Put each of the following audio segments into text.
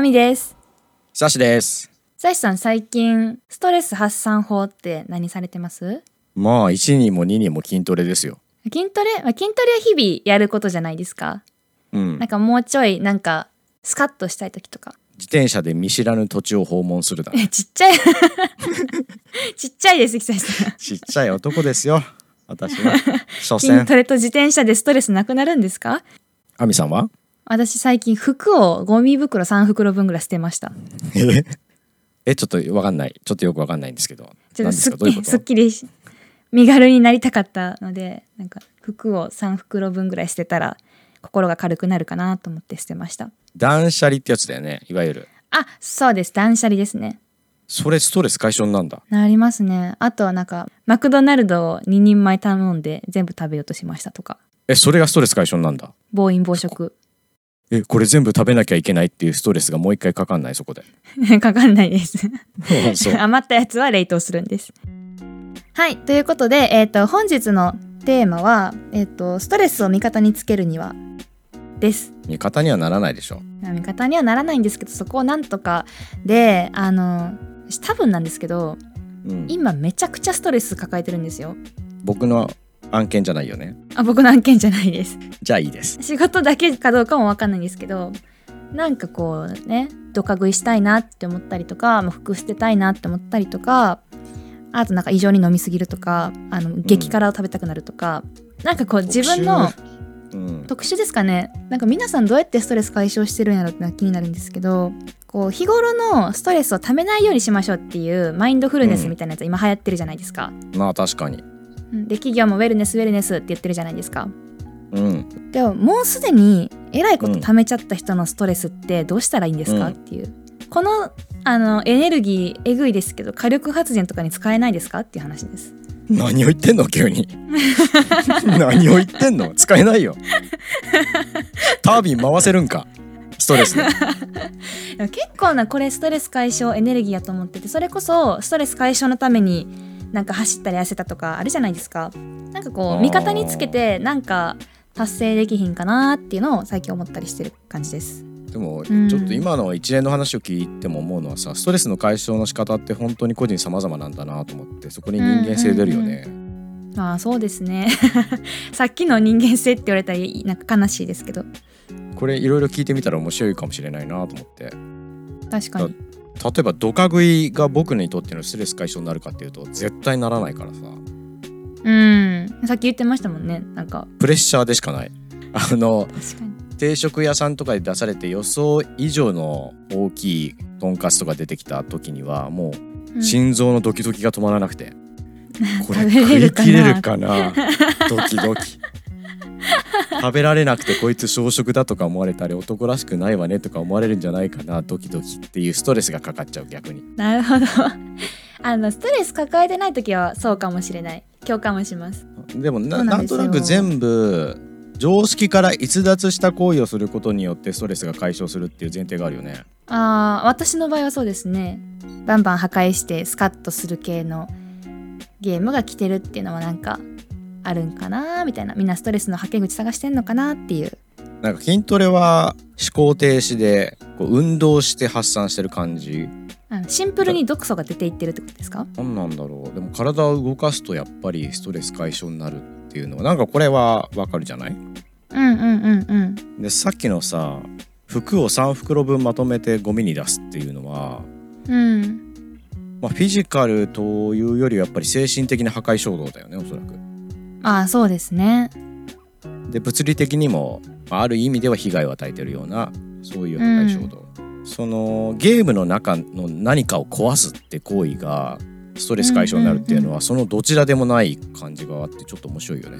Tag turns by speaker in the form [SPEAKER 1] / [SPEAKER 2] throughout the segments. [SPEAKER 1] みです。
[SPEAKER 2] サシです。
[SPEAKER 1] さしさん最近ストレス発散法って何されてます
[SPEAKER 2] まあ、1にも2にも筋トレですよ。
[SPEAKER 1] 筋トレ、まあ、筋トレは日々やることじゃないですか。
[SPEAKER 2] うん
[SPEAKER 1] なん。かもうちょいなんかスカッとしたい時とか。
[SPEAKER 2] 自転車で見知らぬ土地を訪問するだ。
[SPEAKER 1] えちっちゃい。ちっちゃいです、久しさん。
[SPEAKER 2] ちっちゃい男ですよ。私 は。所
[SPEAKER 1] 筋
[SPEAKER 2] 詮
[SPEAKER 1] ト。レと自転車でストレスなくなるんですか
[SPEAKER 2] アミさんは
[SPEAKER 1] 私最近服をゴミ袋3袋分ぐらい捨てました。
[SPEAKER 2] ええ、ちょっとわかんない。ちょっとよくわかんないんですけど。
[SPEAKER 1] ちょっとすっ
[SPEAKER 2] 何ですかどう
[SPEAKER 1] き
[SPEAKER 2] いうこ
[SPEAKER 1] り
[SPEAKER 2] と
[SPEAKER 1] すっきりし身軽になりたかったのでなんか服を3袋分ぐらい捨てたら心が軽くなるかなと思って捨てました
[SPEAKER 2] 断捨離ってやつだよね。いわゆる。
[SPEAKER 1] あそうです断捨離ですね
[SPEAKER 2] それストレス解消になんだ。
[SPEAKER 1] なりますねあとはなんかマクドナルドを2人前頼んで全部食べようとしましたとか
[SPEAKER 2] え、それがストレス解消になんだ。
[SPEAKER 1] 暴飲暴食
[SPEAKER 2] え、これ全部食べなきゃいけないっていうストレスがもう一回かかんない、そこ で。
[SPEAKER 1] かかんないです
[SPEAKER 2] そう。
[SPEAKER 1] 余ったやつは冷凍するんです。はいということで、えー、と本日のテーマは、えーと「ストレスを味方につけるには」です。
[SPEAKER 2] 味方にはならないでしょ。
[SPEAKER 1] 味方にはならないんですけどそこをなんとかであの私多分なんですけど
[SPEAKER 2] うん。
[SPEAKER 1] 今めちゃくちゃストレス抱えてるんですよ
[SPEAKER 2] 僕の案件じゃないよね。
[SPEAKER 1] あ僕の案件じゃないです
[SPEAKER 2] じゃあいいです。
[SPEAKER 1] 仕事だけかどうかもわかんないんですけどなんかこうねドカ食いしたいなって思ったりとかまあ服捨てたいなって思ったりとかあとなんか異常に飲みすぎるとかあの激辛を食べたくなるとか、なんかこう自分の
[SPEAKER 2] うん。
[SPEAKER 1] 特殊ですかねなんか皆さんどうやってストレス解消してるんやろってのが気になるんですけどこう日頃のストレスをためないようにしましょうっていうマインドフルネスみたいなやつ今流行ってるじゃないですか、
[SPEAKER 2] まあ確かに。
[SPEAKER 1] うんで企業もウェルネスウェルネスって言ってるじゃないですか
[SPEAKER 2] うん。
[SPEAKER 1] でももうすでにえらいことためちゃった人のストレスってどうしたらいいんですか、
[SPEAKER 2] うん
[SPEAKER 1] っていうこのあのエネルギーえぐいですけど火力発電とかに使えないですかっていう話です
[SPEAKER 2] 何を言ってんの急 に何を言ってんの使えないよタービン回せるんかストレスで
[SPEAKER 1] でも結構なこれストレス解消エネルギーやと思っててそれこそストレス解消のためになんか走ったり痩せたとかあるじゃないですかなんかこ
[SPEAKER 2] あ
[SPEAKER 1] う
[SPEAKER 2] ー
[SPEAKER 1] 味方につけてなんか達成できひんかなっていうのを最近思ったりしてる感じです
[SPEAKER 2] でも
[SPEAKER 1] うん
[SPEAKER 2] ちょっと今の一連の話を聞いても思うのはさストレスの解消の仕方って本当に個人様々なんだなと思ってそこに人間性出るよね、
[SPEAKER 1] まあそうですね さっきの人間性って言われたりなんか悲しいですけど
[SPEAKER 2] これいろいろ聞いてみたら面白いかもしれないなと思って
[SPEAKER 1] 確かに
[SPEAKER 2] 例えばドカ食いが僕にとってのストレス解消になるかっていうと絶対ならないからさ
[SPEAKER 1] うんさっき言ってましたもんねなんか
[SPEAKER 2] プレッシャーでしかないあの
[SPEAKER 1] 確かに
[SPEAKER 2] 定食屋さんとかで出されて予想以上の大きいとんかつとか出てきた時にはも
[SPEAKER 1] う
[SPEAKER 2] うん心臓のドキドキが止まらな くて、これ
[SPEAKER 1] 食
[SPEAKER 2] 食
[SPEAKER 1] べれ
[SPEAKER 2] い
[SPEAKER 1] るかな
[SPEAKER 2] 切れるかなドキドキ食べられなくてこいつ小食だとか思われたり男らしくないわねとか思われるんじゃないかなドキドキっていうストレスがかかっちゃう逆に
[SPEAKER 1] なるほど あのストレス抱えてない時はそうかもしれない共感もします
[SPEAKER 2] でもな
[SPEAKER 1] そう
[SPEAKER 2] な
[SPEAKER 1] なん
[SPEAKER 2] ん
[SPEAKER 1] です
[SPEAKER 2] と
[SPEAKER 1] よ
[SPEAKER 2] なく全部常識から逸脱した行為をすることによってストレスが解消するっていう前提があるよね
[SPEAKER 1] あー私の場合はそうですねバンバン破壊してスカッとする系のゲームが来てるっていうのはなんかあるんかなみたいなみんなストレスのはけ口探してんのかなっていう
[SPEAKER 2] なんか筋トレは思考停止でこう運動して発散してる感じ
[SPEAKER 1] あのシンプルに毒素が出ていってるってことですか
[SPEAKER 2] 何なんだろうでも体を動かすとやっぱりストレス解消になるっていうのはなんかこれはわかるじゃない
[SPEAKER 1] うんうんうんうん
[SPEAKER 2] でさっきのさ服を3袋分まとめてゴミに出すっていうのは、
[SPEAKER 1] うん
[SPEAKER 2] まあ、フィジカルというよりはやっぱり精神的な破壊衝動だよねおそらく。
[SPEAKER 1] ああそうですね
[SPEAKER 2] で物理的にもまあある意味では被害を与えてるようなそういう破壊衝動。そのゲームの中の何かを壊すって行為がストレス解消になるっていう
[SPEAKER 1] う
[SPEAKER 2] のは、
[SPEAKER 1] んうんう
[SPEAKER 2] そのどちらでもない感じがあってちょっと面白いよね。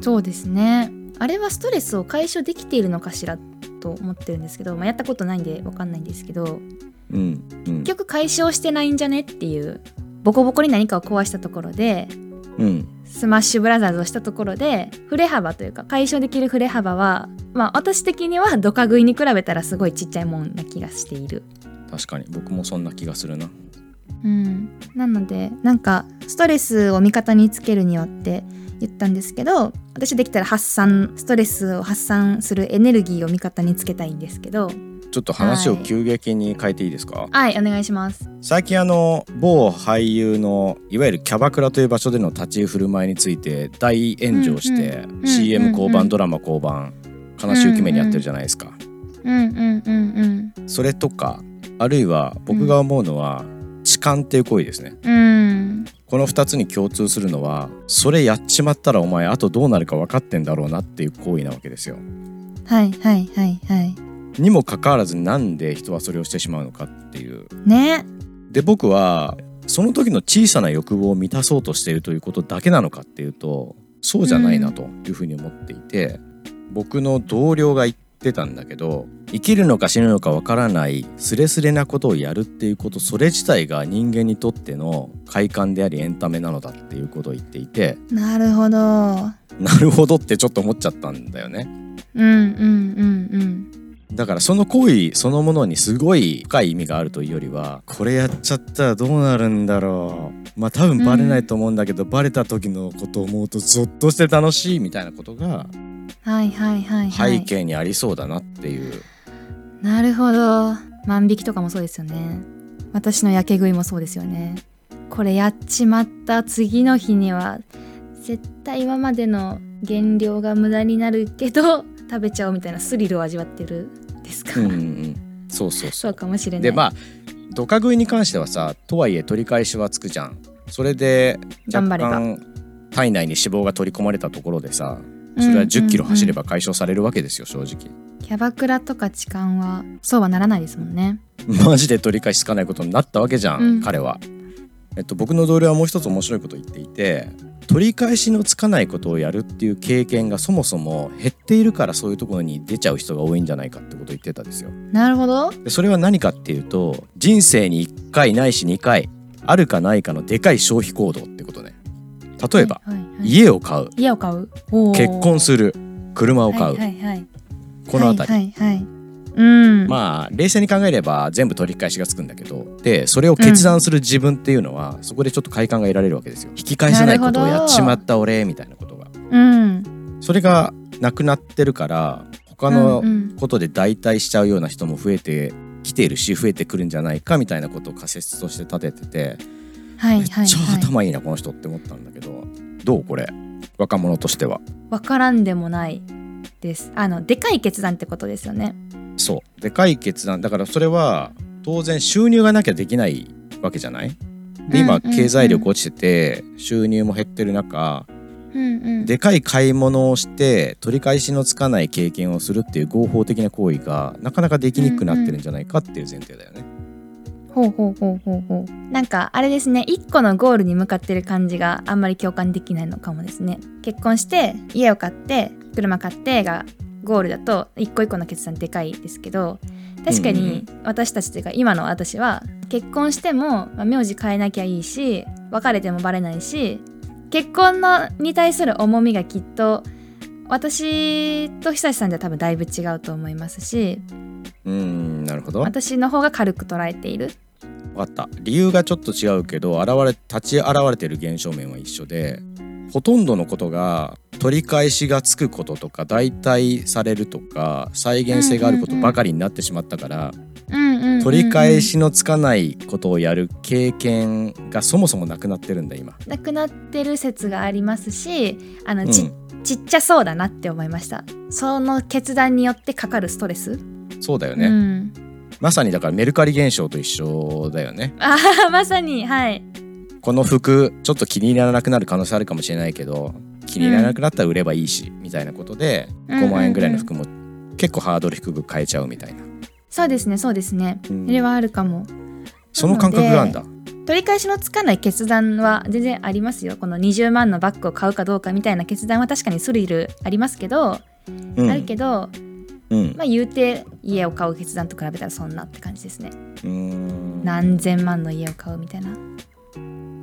[SPEAKER 1] そうですねあれはストレスを解消できているのかしらと思ってるんですけど、まあ、やったことないんでわかんないんですけど
[SPEAKER 2] うんうん
[SPEAKER 1] 結局解消してないんじゃねっていうボコボコに何かを壊したところで
[SPEAKER 2] うん
[SPEAKER 1] スマッシュブラザーズをしたところで振れ幅というか解消できる振れ幅はまあ私的にはドカ食いに比べたらすごいちっちゃいもんな気がしている。
[SPEAKER 2] 確かに僕もそんな気がするな。
[SPEAKER 1] うん、なのでなんかストレスを味方につけるによって言ったんですけど私できたら発散ストレスを発散するエネルギーを味方につけたいんですけど
[SPEAKER 2] ちょっと話を急激に変えていいですか、
[SPEAKER 1] はいお願いします
[SPEAKER 2] 最近あの某俳優のいわゆるキャバクラという場所での立ち居振る舞いについて大炎上して、
[SPEAKER 1] うんうん
[SPEAKER 2] CM
[SPEAKER 1] うんうん
[SPEAKER 2] 降板ドラマ降板悲しいき目にやってるじゃないですか、
[SPEAKER 1] うんうんうん
[SPEAKER 2] それとかあるいは僕が思うのは、痴漢っていう行為ですね
[SPEAKER 1] うんうん
[SPEAKER 2] この2つに共通するのはそれやっちまったらお前あとどうなるか分かってんだろうなっていう行為なわけですよ
[SPEAKER 1] はいはいはいはい
[SPEAKER 2] にもかかわらずなんで人はそれをしてしまうのかっていう
[SPEAKER 1] ね
[SPEAKER 2] で僕はその時の小さな欲望を満たそうとしているということだけなのかっていうとそうじゃないなというふうに思っていて、僕の同僚が言ってたんだけど生きるのか死ぬのかわからないスレスレなことをやるっていうことそれ自体が人間にとっての快感でありエンタメなのだっていうことを言っていて
[SPEAKER 1] なるほど
[SPEAKER 2] なるほどってちょっと思っちゃったんだよね。
[SPEAKER 1] うんうんうん
[SPEAKER 2] だからその行為そのものにすごい深い意味があるというよりはこれやっちゃったらどうなるんだろうまあ多分バレないと思うんだけど、バレた時のことを思うとゾッとして楽しいみたいなことが
[SPEAKER 1] うんはいはいはいは
[SPEAKER 2] 背
[SPEAKER 1] い
[SPEAKER 2] 景にありそうだなっていう、
[SPEAKER 1] なるほど万引きとかもそうですよね私のやけ食いもそうですよねこれやっちまった次の日には絶対今までの減量が無駄になるけど食べちゃおうみたいなスリルを味わってるですか、
[SPEAKER 2] うんうんうんそうそうそ
[SPEAKER 1] そううかもしれない
[SPEAKER 2] でまあドカ食いに関してはさとはいえ取り返しはつくじゃんそれで
[SPEAKER 1] 頑張
[SPEAKER 2] 若
[SPEAKER 1] れば
[SPEAKER 2] 干体内に脂肪が取り込まれたところでさそれは1 0キロ走れば解消されるわけですよ正直
[SPEAKER 1] うんうんうんキャバクラとか痴漢はそうはならないですもんね
[SPEAKER 2] マジで取り返しつかないことになったわけじゃん、
[SPEAKER 1] うん
[SPEAKER 2] 彼は。えっと、僕の同僚はもう一つ面白いことを言っていて取り返しのつかないことをやるっていう経験がそもそも減っているからそういうところに出ちゃう人が多いんじゃないかってことを言ってたんですよ。
[SPEAKER 1] なるほど
[SPEAKER 2] でそれは何かっていうと人生に1回ないし2回あるかないかのでかい消費行動ってことね。例えば、
[SPEAKER 1] はいはいはい
[SPEAKER 2] 家を買う
[SPEAKER 1] 家を買う
[SPEAKER 2] 結婚
[SPEAKER 1] る
[SPEAKER 2] する車を買
[SPEAKER 1] は
[SPEAKER 2] う、
[SPEAKER 1] いはいはい、
[SPEAKER 2] この辺り、
[SPEAKER 1] はいはいはい うん
[SPEAKER 2] まあ冷静に考えれば全部取り返しがつくんだけどでそれを決断する自分っていうのは、そこでちょっと快感が得られるわけですよ引き返せないことをやっちまった俺みたいなことが
[SPEAKER 1] うん
[SPEAKER 2] それがなくなってるから他の
[SPEAKER 1] うんうん
[SPEAKER 2] ことで代替しちゃうような人も増えてきているし増えてくるんじゃないかみたいなことを仮説として立ててて、
[SPEAKER 1] はいはいは
[SPEAKER 2] め
[SPEAKER 1] い
[SPEAKER 2] っちゃ頭いいなこの人って思ったんだけどどうこれ若者としては
[SPEAKER 1] わからんでもないですあのでかい決断ってことですよね
[SPEAKER 2] そうでかい決断だからそれは当然収入がなきゃできないわけじゃないで今
[SPEAKER 1] うんうんうん
[SPEAKER 2] 経済力落ちてて収入も減ってる中
[SPEAKER 1] うんうん
[SPEAKER 2] でかい買い物をして取り返しのつかない経験をするっていう合法的な行為がなかなかできにくくなってるんじゃないかっていう前提だよね。
[SPEAKER 1] ほうほうほうほうほうなんかあれですね一個のゴールに向かってる感じがあんまり共感できないのかもですね結婚して家を買って車買ってがゴールだと一個一個の決断でかいですけど確かに私たちというか今の私は結婚しても、まあ、名字変えなきゃいいし別れてもバレないし結婚のに対する重みがきっと私と久志さんでは多分だいぶ違うと思いますし
[SPEAKER 2] うーんなるほど分
[SPEAKER 1] 私の方が軽く捉えている
[SPEAKER 2] かった理由がちょっと違うけど現れ立ち現れてる現象面は一緒でほとんどのことが取り返しがつくこととか代替されるとか再現性があることばかりになってしまったから、
[SPEAKER 1] うんうんうんうん
[SPEAKER 2] 取り返しのつかないことをやる経験がそもそもなくなってるんだ今、
[SPEAKER 1] なくなってる説がありますしあの、
[SPEAKER 2] うん
[SPEAKER 1] ちちっちゃそうだなって思いましたその決断によってかかるストレス、
[SPEAKER 2] そうだよ
[SPEAKER 1] う
[SPEAKER 2] ね、
[SPEAKER 1] ん、
[SPEAKER 2] まさにだからメルカリ現象と一緒だよね
[SPEAKER 1] あ ーまさにはい
[SPEAKER 2] この服ちょっと気に入らなくなる可能性あるかもしれないけど気に入らなくなったら売ればいいし、みたいなことで
[SPEAKER 1] うんうんうん
[SPEAKER 2] 5万円ぐらいの服も結構ハードル低く買えちゃうみたいな、
[SPEAKER 1] そうですねそうですね
[SPEAKER 2] うん
[SPEAKER 1] それはあるかも
[SPEAKER 2] その感覚があるんだ
[SPEAKER 1] 取り返しのつかない決断は全然ありますよこの20万のバッグを買うかどうかみたいな決断は確かにスリルありますけど、
[SPEAKER 2] うん
[SPEAKER 1] あるけど
[SPEAKER 2] うん
[SPEAKER 1] まあ言うて家を買う決断と比べたらそんなって感じですね
[SPEAKER 2] うーん
[SPEAKER 1] 何千万の家を買うみたいな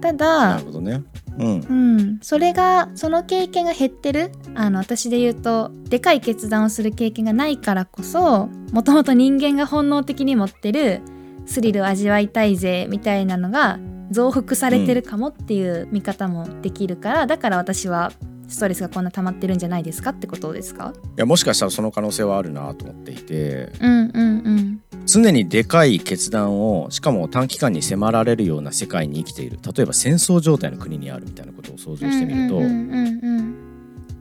[SPEAKER 1] た
[SPEAKER 2] な
[SPEAKER 1] だ
[SPEAKER 2] るほどねうん
[SPEAKER 1] うん、それがその経験が減ってるあの私で言うとでかい決断をする経験がないからこそもともと人間が本能的に持ってるスリルを味わいたいぜみたいなのが増幅されてるかもっていう見方もできるから、だから私はストレスがこんな溜まってるんじゃないですかってことですか
[SPEAKER 2] やもしかしたらその可能性はあるなと思っていて
[SPEAKER 1] うんうんうん
[SPEAKER 2] 常にでかい決断をしかも短期間に迫られるような世界に生きている例えば戦争状態の国にあるみたいなことを想像してみると、
[SPEAKER 1] うんうんうん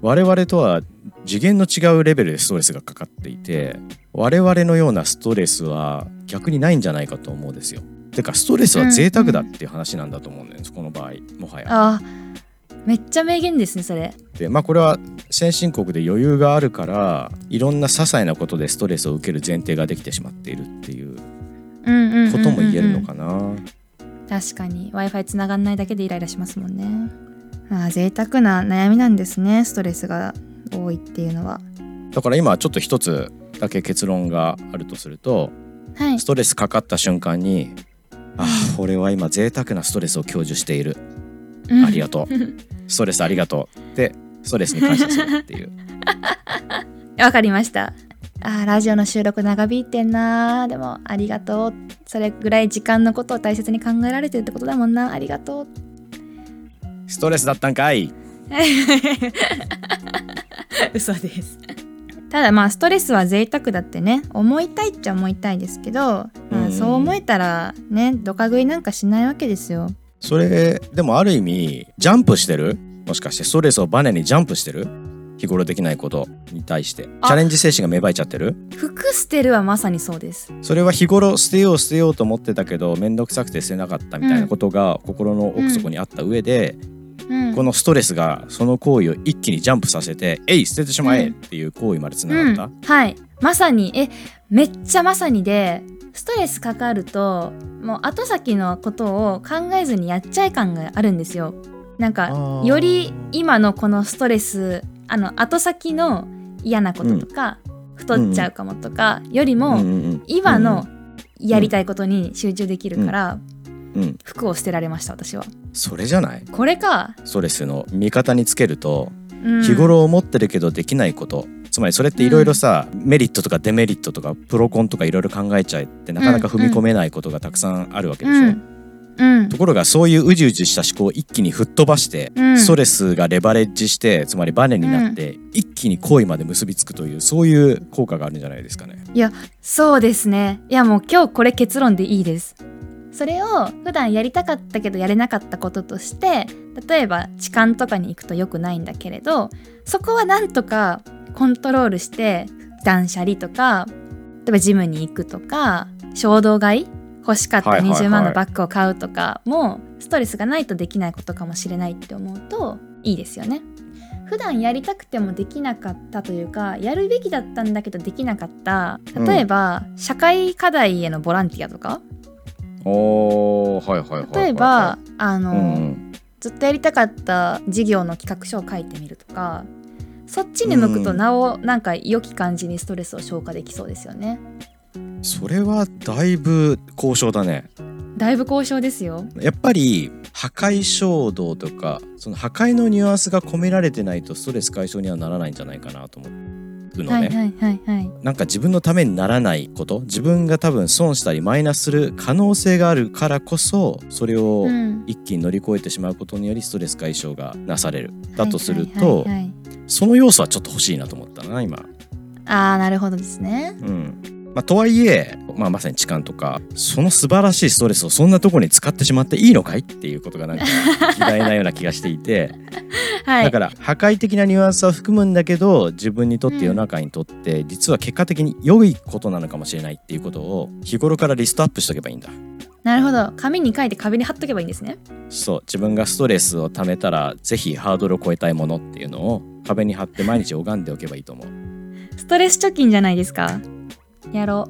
[SPEAKER 2] 我々とは次元の違うレベルでストレスがかかっていて我々のようなストレスは逆にないんじゃないかと思うんですよ。てかストレスは贅沢だっていう話なんだと思うんです、この場合も
[SPEAKER 1] う
[SPEAKER 2] は
[SPEAKER 1] ん
[SPEAKER 2] や。
[SPEAKER 1] あーめっちゃ名言ですねそれ
[SPEAKER 2] でまあこれは先進国で余裕があるからいろんな些細なことでストレスを受ける前提ができてしまっているっていう
[SPEAKER 1] うんうんうんうんうん
[SPEAKER 2] ことも言えるのかな。
[SPEAKER 1] 確かに w i f i つながんないだけでイライラしますもんねああ贅沢な悩みなんですねストレスが多いっていうのは
[SPEAKER 2] だから今ちょっと一つだけ結論があるとすると
[SPEAKER 1] はい
[SPEAKER 2] ストレスかかった瞬間に「ああ俺は今贅沢なストレスを享受している」ありがとう。 ストレスありがとう。で、ストレスに感謝するっていう。
[SPEAKER 1] うんわかりましたああラジオの収録長引いてんなでもありがとうそれぐらい時間のことを大切に考えられてるってことだもんなありがとう
[SPEAKER 2] ストレスだったんかい。
[SPEAKER 1] 嘘ですただまあストレスは贅沢だってね思いたいっちゃ思いたいですけど、ま
[SPEAKER 2] う
[SPEAKER 1] あ、
[SPEAKER 2] ん
[SPEAKER 1] そう思えたらねどか食いなんかしないわけですよ
[SPEAKER 2] それ、でもある意味、ジャンプしてるもしかして、ストレスをバネにジャンプしてる日頃できないことに対して。チ
[SPEAKER 1] あ
[SPEAKER 2] ャレンジ精神が芽生えちゃってる
[SPEAKER 1] 服捨てるはまさにそうです
[SPEAKER 2] それは日頃捨てよう捨てようと思ってたけど、めんどくさくて捨てなかったみたいなことが心の奥底にあった上で、
[SPEAKER 1] うん
[SPEAKER 2] このストレスがその行為を一気にジャンプさせて、えい、捨ててしまえっていう行為までつながった。
[SPEAKER 1] うん、はいまさにえめっちゃまさにでストレスかかるともう後先のことを考えずにやっちゃい感があるんですよなん
[SPEAKER 2] あ
[SPEAKER 1] か
[SPEAKER 2] ー
[SPEAKER 1] より今のこのストレスあの後先の嫌なこととか、太っちゃうかもとかよりも、
[SPEAKER 2] うんうんうん
[SPEAKER 1] 今のやりたいことに集中できるから、
[SPEAKER 2] うんうん
[SPEAKER 1] 服を捨てられました私は
[SPEAKER 2] それじゃない
[SPEAKER 1] これか、
[SPEAKER 2] ストレスの味方につけると
[SPEAKER 1] うん
[SPEAKER 2] 日頃思ってるけどできないこと、つまりそれっていろいろさ、メリットとかデメリットとかプロコンとかいろいろ考えちゃってなかなか踏み込めないことがたくさんあるわけでしょ、
[SPEAKER 1] うんうん
[SPEAKER 2] ところがそういううじうじした思考を一気に吹っ飛ばして、
[SPEAKER 1] うん
[SPEAKER 2] ストレスがレバレッジしてつまりバネになって、一気に行為まで結びつくというそういう効果があるんじゃないですかね。
[SPEAKER 1] そうですね。いやもう今日これ結論でいいです。それを普段やりたかったけどやれなかったこととして例えば痴漢とかに行くと良くないんだけれどそこはなんとかコントロールして断捨離とか例えばジムに行くとか衝動買い欲しかった
[SPEAKER 2] はいはいはい
[SPEAKER 1] 20万のバッグを買うとかもストレスがないとできないことかもしれないって思うといいですよね。普段やりたくてもできなかったというかやるべきだったんだけどできなかった例えば、社会課題へのボランティアとか
[SPEAKER 2] おはいはい
[SPEAKER 1] 例えばあ
[SPEAKER 2] う
[SPEAKER 1] の、
[SPEAKER 2] んうん
[SPEAKER 1] ずっとやりたかった事業の企画書を書いてみるとかそっちに向くと
[SPEAKER 2] うん
[SPEAKER 1] なおなんか良き感じにストレスを消化できそうですよね。
[SPEAKER 2] それはだいぶ交渉だね。
[SPEAKER 1] だいぶ交渉ですよ。
[SPEAKER 2] やっぱり破壊衝動とかその破壊のニュアンスが込められてないとストレス解消にはならないんじゃないかなと思うのね、
[SPEAKER 1] はいはいはいはい。
[SPEAKER 2] なんか自分のためにならないこと自分が多分損したりマイナスする可能性があるからこそそれを
[SPEAKER 1] うん
[SPEAKER 2] 一気に乗り越えてしまうことによりストレス解消がなされるだとすると、
[SPEAKER 1] はいはいはいはい
[SPEAKER 2] その要素はちょっと欲しいなと思ったな今。
[SPEAKER 1] ああなるほどです ね。
[SPEAKER 2] うんまあ、とはいえ、まあ、まさに痴漢とかその素晴らしいストレスをそんなところに使ってしまっていいのかいっていうことがなんか嫌いなような気がしていて。
[SPEAKER 1] はい。
[SPEAKER 2] だから破壊的なニュアンスは含むんだけど自分にとって世の中にとって実は結果的に良いことなのかもしれないっていうことを日頃からリストアップしとけばいいんだ
[SPEAKER 1] なるほど紙に書いて壁に貼っとけばいいんですね。
[SPEAKER 2] そう自分がストレスをためたらぜひハードルを超えたいものっていうのを壁に貼って毎日拝んでおけばいいと思う
[SPEAKER 1] ストレス貯金じゃないですかやろ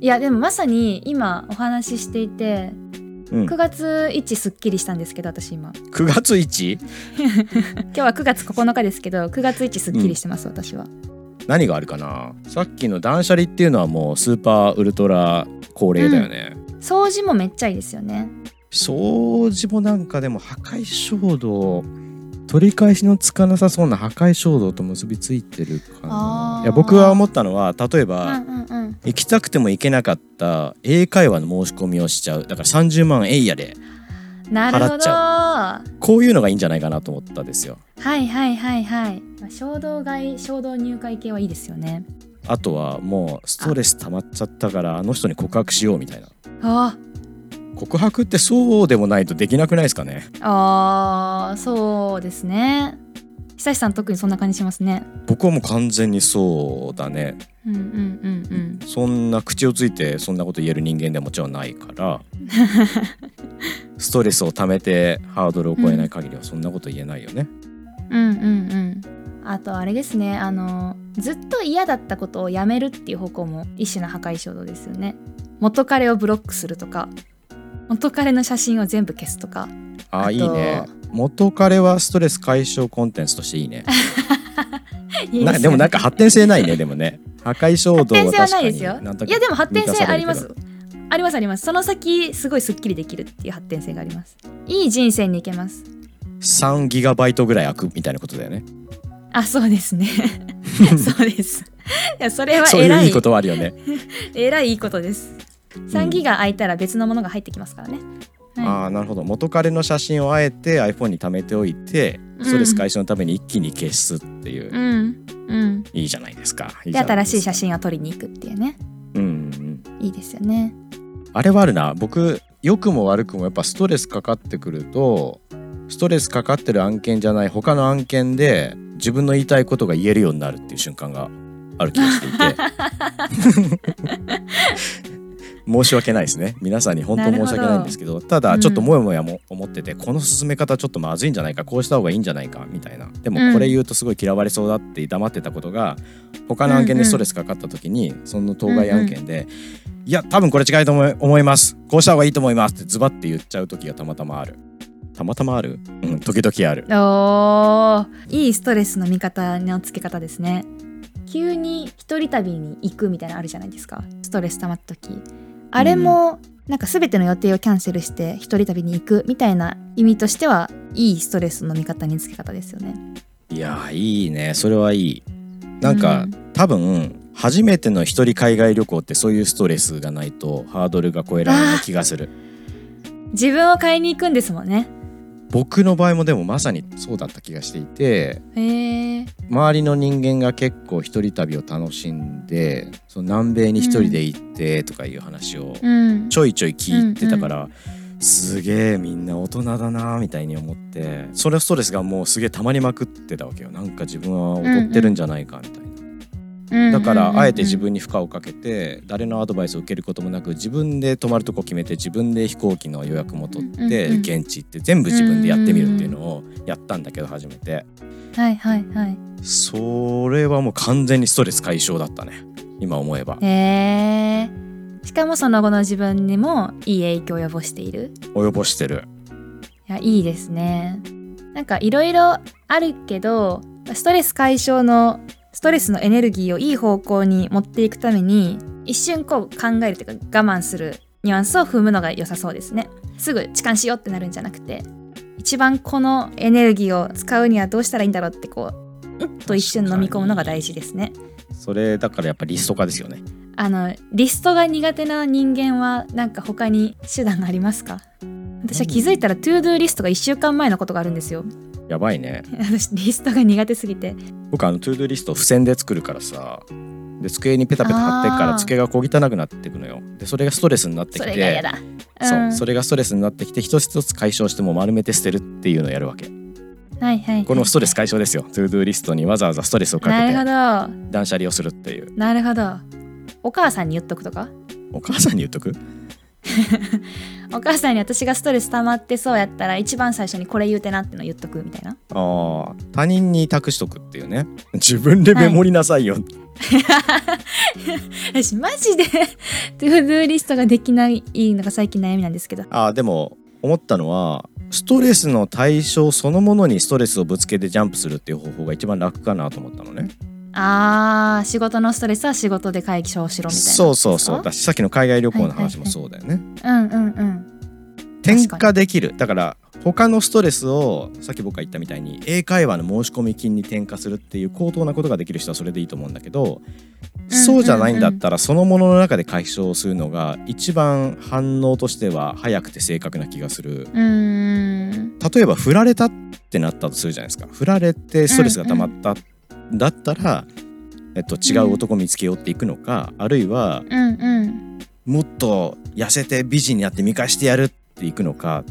[SPEAKER 1] ういやでもまさに今お話ししていて
[SPEAKER 2] うん
[SPEAKER 1] 9月1すっきりしたんですけど私今
[SPEAKER 2] 9月 1?
[SPEAKER 1] 今日は9月9日ですけど9月1すっきりしてます、私は
[SPEAKER 2] 何があるかなさっきの断捨離っていうのはもうスーパーウルトラ恒例だよね、
[SPEAKER 1] 掃除もめっちゃいいですよね
[SPEAKER 2] 掃除もなんかでも破壊衝動取り返しのつかなさそうな破壊衝動と結びついてるか
[SPEAKER 1] あー
[SPEAKER 2] ないや僕は思ったのは例え
[SPEAKER 1] う
[SPEAKER 2] ば、
[SPEAKER 1] んうんうん
[SPEAKER 2] 行きたくても行けなかった英会話の申し込みをしちゃうだから30万円やで
[SPEAKER 1] なるほど
[SPEAKER 2] 払っち
[SPEAKER 1] か
[SPEAKER 2] こういうのがいいんじゃないかなと思ったんですよ。
[SPEAKER 1] はいはいはいはいまあ衝動買い衝動入会系はいいですよね
[SPEAKER 2] あとはもうストレス溜まっちゃったからあの人に告白しようみたいな
[SPEAKER 1] あ
[SPEAKER 2] 告白ってそうでもないとできなくないですかね
[SPEAKER 1] ーあーそうですね久志さん特にそんな感じしますね
[SPEAKER 2] 僕はもう完全にそうだね
[SPEAKER 1] うんうんうんうん
[SPEAKER 2] そんな口をついてそんなこと言える人間ではもちろんないからストレスを溜めてハードルを超えない限りはそんなこと言えないよね、
[SPEAKER 1] うんうんうんあとあれですねあのずっと嫌だったことをやめるっていう方向も一種の破壊衝動ですよね元彼をブロックするとか元彼の写真を全部消すとか
[SPEAKER 2] あ
[SPEAKER 1] あ
[SPEAKER 2] あ
[SPEAKER 1] と
[SPEAKER 2] いいね元彼はストレス解消コンテンツとしていいね
[SPEAKER 1] いい
[SPEAKER 2] なん
[SPEAKER 1] す
[SPEAKER 2] か
[SPEAKER 1] よ
[SPEAKER 2] でもなんか発展性ないねでもね破壊衝
[SPEAKER 1] 発
[SPEAKER 2] 動は
[SPEAKER 1] 展性は
[SPEAKER 2] 確
[SPEAKER 1] な
[SPEAKER 2] か
[SPEAKER 1] い
[SPEAKER 2] に
[SPEAKER 1] ですよ
[SPEAKER 2] なんと
[SPEAKER 1] い
[SPEAKER 2] か
[SPEAKER 1] やでも発展
[SPEAKER 2] 満
[SPEAKER 1] 性
[SPEAKER 2] たされ
[SPEAKER 1] あり
[SPEAKER 2] るけ
[SPEAKER 1] ま
[SPEAKER 2] ど
[SPEAKER 1] すありますありますその先すごいすっきりできるっていう発展性がありますいい人生に行けます
[SPEAKER 2] 3ギガバイトぐらい開くみたいなことだよね
[SPEAKER 1] あそうです ねそうですいやそれは
[SPEAKER 2] そうい
[SPEAKER 1] 偉
[SPEAKER 2] う
[SPEAKER 1] い
[SPEAKER 2] いいことはあるよね、
[SPEAKER 1] 偉いいいことです3ギガ空いたら別のものが入ってきますからね、
[SPEAKER 2] あ
[SPEAKER 1] は
[SPEAKER 2] あなるほど元彼の写真をあえて iPhone に貯めておいてストレス解消のために一気に消すってい
[SPEAKER 1] い、
[SPEAKER 2] う、
[SPEAKER 1] うんうん
[SPEAKER 2] いいじゃないですかい
[SPEAKER 1] で
[SPEAKER 2] いじゃな
[SPEAKER 1] 新し
[SPEAKER 2] で
[SPEAKER 1] い
[SPEAKER 2] すか
[SPEAKER 1] 写真を撮りに行くっていうね
[SPEAKER 2] うんうんうん
[SPEAKER 1] いいですよね
[SPEAKER 2] あれはあるな僕良くも悪くもやっぱストレスかかってくるとストレスかかってる案件じゃない他の案件で自分の言いたいことが言えるようになるっていう瞬間がある気がしていて 申し訳ないですね皆さんに本当申し訳ないんですけどただちょっともやもやも思ってて、この進め方ちょっとまずいんじゃないかこうした方がいいんじゃないかみたいなで
[SPEAKER 1] うん
[SPEAKER 2] もこれ言うとすごい嫌われそうだって黙ってたことが他の案件でストレスかかった時に、その当該案件で、いや多分これ違いと思い思いますこうした方がいいと思いますってズバッて言っちゃう時がたまたまあるたまたまあるうん時々ある
[SPEAKER 1] おーいいストレスの見方のつけ方ですね急に一人旅に行くみたいなのあるじゃないですかストレス溜まった時あれも、なんか全ての予定をキャンセルして一人旅に行くみたいな意味としてはいいストレスの見方につけ方ですよね
[SPEAKER 2] いやーいいねそれはいいなんか、
[SPEAKER 1] うん
[SPEAKER 2] 多分初めての一人海外旅行ってそういうストレスがないとハードルが超えられない気がする
[SPEAKER 1] 自分を買いに行くんですもんね
[SPEAKER 2] 僕の場合もでもまさにそうだった気がしていて
[SPEAKER 1] へえ
[SPEAKER 2] 周りの人間が結構一人旅を楽しんでその南米に一人で行ってとかいう話を
[SPEAKER 1] うん
[SPEAKER 2] ちょいちょい聞いてたから、すげえみんな大人だなみたいに思ってそれストレスがもうすげえたまりまくってたわけよなんか自分は劣ってるんじゃないかみたいな、だからあえて自分に負荷をかけて誰のアドバイスを受けることもなく自分で泊まるとこ決めて自分で飛行機の予約も取っ
[SPEAKER 1] うんうんう
[SPEAKER 2] て
[SPEAKER 1] ん
[SPEAKER 2] 現地行って全部自分でやってみるっていうのをやったんだけど初めて
[SPEAKER 1] はいはいはい
[SPEAKER 2] それはもう完全にストレス解消だったね今思えば
[SPEAKER 1] へえしかもその後の自分にもいい影響を及ぼしている
[SPEAKER 2] 及ぼしてる
[SPEAKER 1] いやいいですねなんかいろいろあるけどストレス解消のストレスのエネルギーをいい方向に持っていくために一瞬こう考えるというか我慢するニュアンスを踏むのが良さそうですねすぐ痴漢しようってなるんじゃなくて一番このエネルギーを使うにはどうしたらいいんだろうってこううんっと一瞬飲み込むのが大事ですね
[SPEAKER 2] それだからやっぱリスト化ですよね
[SPEAKER 1] あのリストが苦手な人間はなんか他に手段がありますか私は気づいたらトゥードゥーリストが1週間前のことがあるんですよ
[SPEAKER 2] やばいね
[SPEAKER 1] 私リストが苦手すぎて
[SPEAKER 2] 僕あのトゥードゥリストを付箋で作るからさで机にペタペタ貼ってっか
[SPEAKER 1] あー
[SPEAKER 2] ら机が小汚くなっていくのよでそれがストレスになってき
[SPEAKER 1] そ
[SPEAKER 2] て
[SPEAKER 1] れが嫌だ、
[SPEAKER 2] そうそ
[SPEAKER 1] れ
[SPEAKER 2] れがストレスになってきて一つ一つ解消してもう丸めて捨てるっていうのをやるわけ
[SPEAKER 1] はいはい、はい、
[SPEAKER 2] このストレス解消ですよトゥードゥリストにわざわざストレスをかけて
[SPEAKER 1] なるほ
[SPEAKER 2] 断捨離をするっていう
[SPEAKER 1] どなるほどお母さんに言っとくとか
[SPEAKER 2] お母さんに言っとく
[SPEAKER 1] お母さんに私がストレス溜まってそうやったら一番最初にこれ言うてなっての言っとくみたいな
[SPEAKER 2] あー他人に託しとくっていうね自分でメモりなさいよ、
[SPEAKER 1] 私マジで トゥードゥーリストができないのが最近悩みなんですけど
[SPEAKER 2] あーでも思ったのはストレスの対象そのものにストレスをぶつけてジャンプするっていう方法が一番楽かなと思ったのね
[SPEAKER 1] あー仕事のストレスは仕事で解消しろみたいな
[SPEAKER 2] そうそうそう
[SPEAKER 1] で
[SPEAKER 2] だしさっきの海外旅行の話も
[SPEAKER 1] はいはい
[SPEAKER 2] そうだよね、
[SPEAKER 1] すかうんうんうん
[SPEAKER 2] 転嫁できるだから他のストレスをさっき僕が言ったみたいに英会話の申し込み金に転嫁するっていう高等なことができる人はそれでいいと思うんだけど、そうじゃないんだったらそのものの中で解消するのが一番反応としては早くて正確な気がする
[SPEAKER 1] うーん
[SPEAKER 2] 例えば振られたってなったとするじゃないですか振られてストレスが溜まった、だったら、えっと、違う男見つけようっていくのか、あるいは
[SPEAKER 1] うんうん
[SPEAKER 2] もっと痩せて美人になって見返してやるっていくのか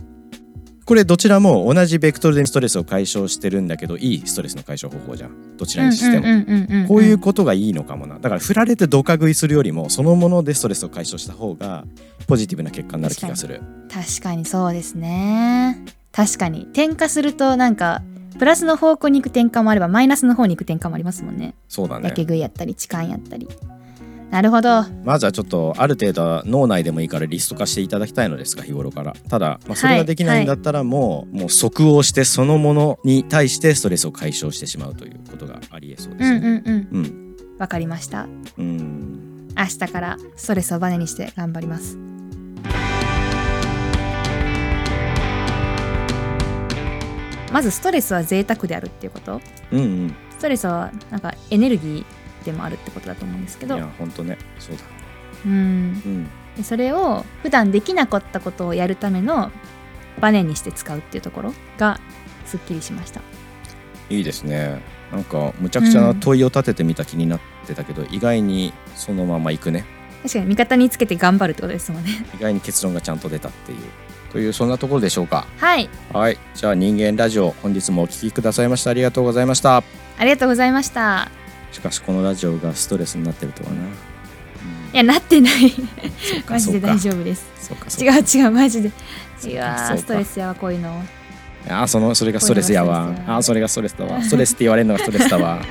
[SPEAKER 2] これどちらも同じベクトルでストレスを解消してるんだけどいいストレスの解消方法じゃんどちらにしても、
[SPEAKER 1] うんうんうんん
[SPEAKER 2] こういうことがいいのかもなだから振られてドカ食いするよりもそのものでストレスを解消した方がポジティブな結果になる気がする
[SPEAKER 1] 確かにそうですね確かに転化するとなんかプラスの方向に行く転換もあればマイナスの方に行く転換もありますもんね
[SPEAKER 2] そうだね
[SPEAKER 1] やけ食いやったり痴漢やったりなるほど
[SPEAKER 2] まずはちょっとある程度は脳内でもいいからリスト化していただきたいのですが日頃からただ、まあ、それができないんだったらもう,、もう即応してそのものに対してストレスを解消してしまうということがありえそうで
[SPEAKER 1] うん
[SPEAKER 2] す
[SPEAKER 1] う
[SPEAKER 2] ね。
[SPEAKER 1] んうん
[SPEAKER 2] うん
[SPEAKER 1] わかりました
[SPEAKER 2] うん
[SPEAKER 1] 明日からストレスをバネにして頑張りますまずストレスは贅沢であるっていうこと
[SPEAKER 2] うんうん
[SPEAKER 1] ストレスはなんかエネルギーでもあるってことだと思うんですけ
[SPEAKER 2] い
[SPEAKER 1] ど
[SPEAKER 2] や本当ねそうだ、
[SPEAKER 1] うん
[SPEAKER 2] うん、
[SPEAKER 1] でそれを普段できなかったことをやるためのバネにして使うっていうところがすっきりしました
[SPEAKER 2] いいですねなんかむちゃくちゃな問いを立ててみた気になってたけど、意外にそのままいくね
[SPEAKER 1] 確かに味方につけて頑張るってことですもんね
[SPEAKER 2] 意外に結論がちゃんと出たっていうというそんなところでしょうか
[SPEAKER 1] はい
[SPEAKER 2] はいじゃあ人間ラジオ本日もお聞きくださいましたありがとうございました
[SPEAKER 1] ありがとうございました
[SPEAKER 2] しかしこのラジオがストレスになってるとはな。うん
[SPEAKER 1] いやなってない
[SPEAKER 2] そうか
[SPEAKER 1] マジで大丈夫です
[SPEAKER 2] そうかそう
[SPEAKER 1] 違う
[SPEAKER 2] か。
[SPEAKER 1] 違うマジで
[SPEAKER 2] そう
[SPEAKER 1] い
[SPEAKER 2] か
[SPEAKER 1] や
[SPEAKER 2] そう
[SPEAKER 1] ー
[SPEAKER 2] か
[SPEAKER 1] ストレスやわこういうの
[SPEAKER 2] あーそのそれがストレスや
[SPEAKER 1] こういう
[SPEAKER 2] わ
[SPEAKER 1] のがストレス。やわ
[SPEAKER 2] あーそれがストレスだわ。ストレスって言われるのがストレスだわ。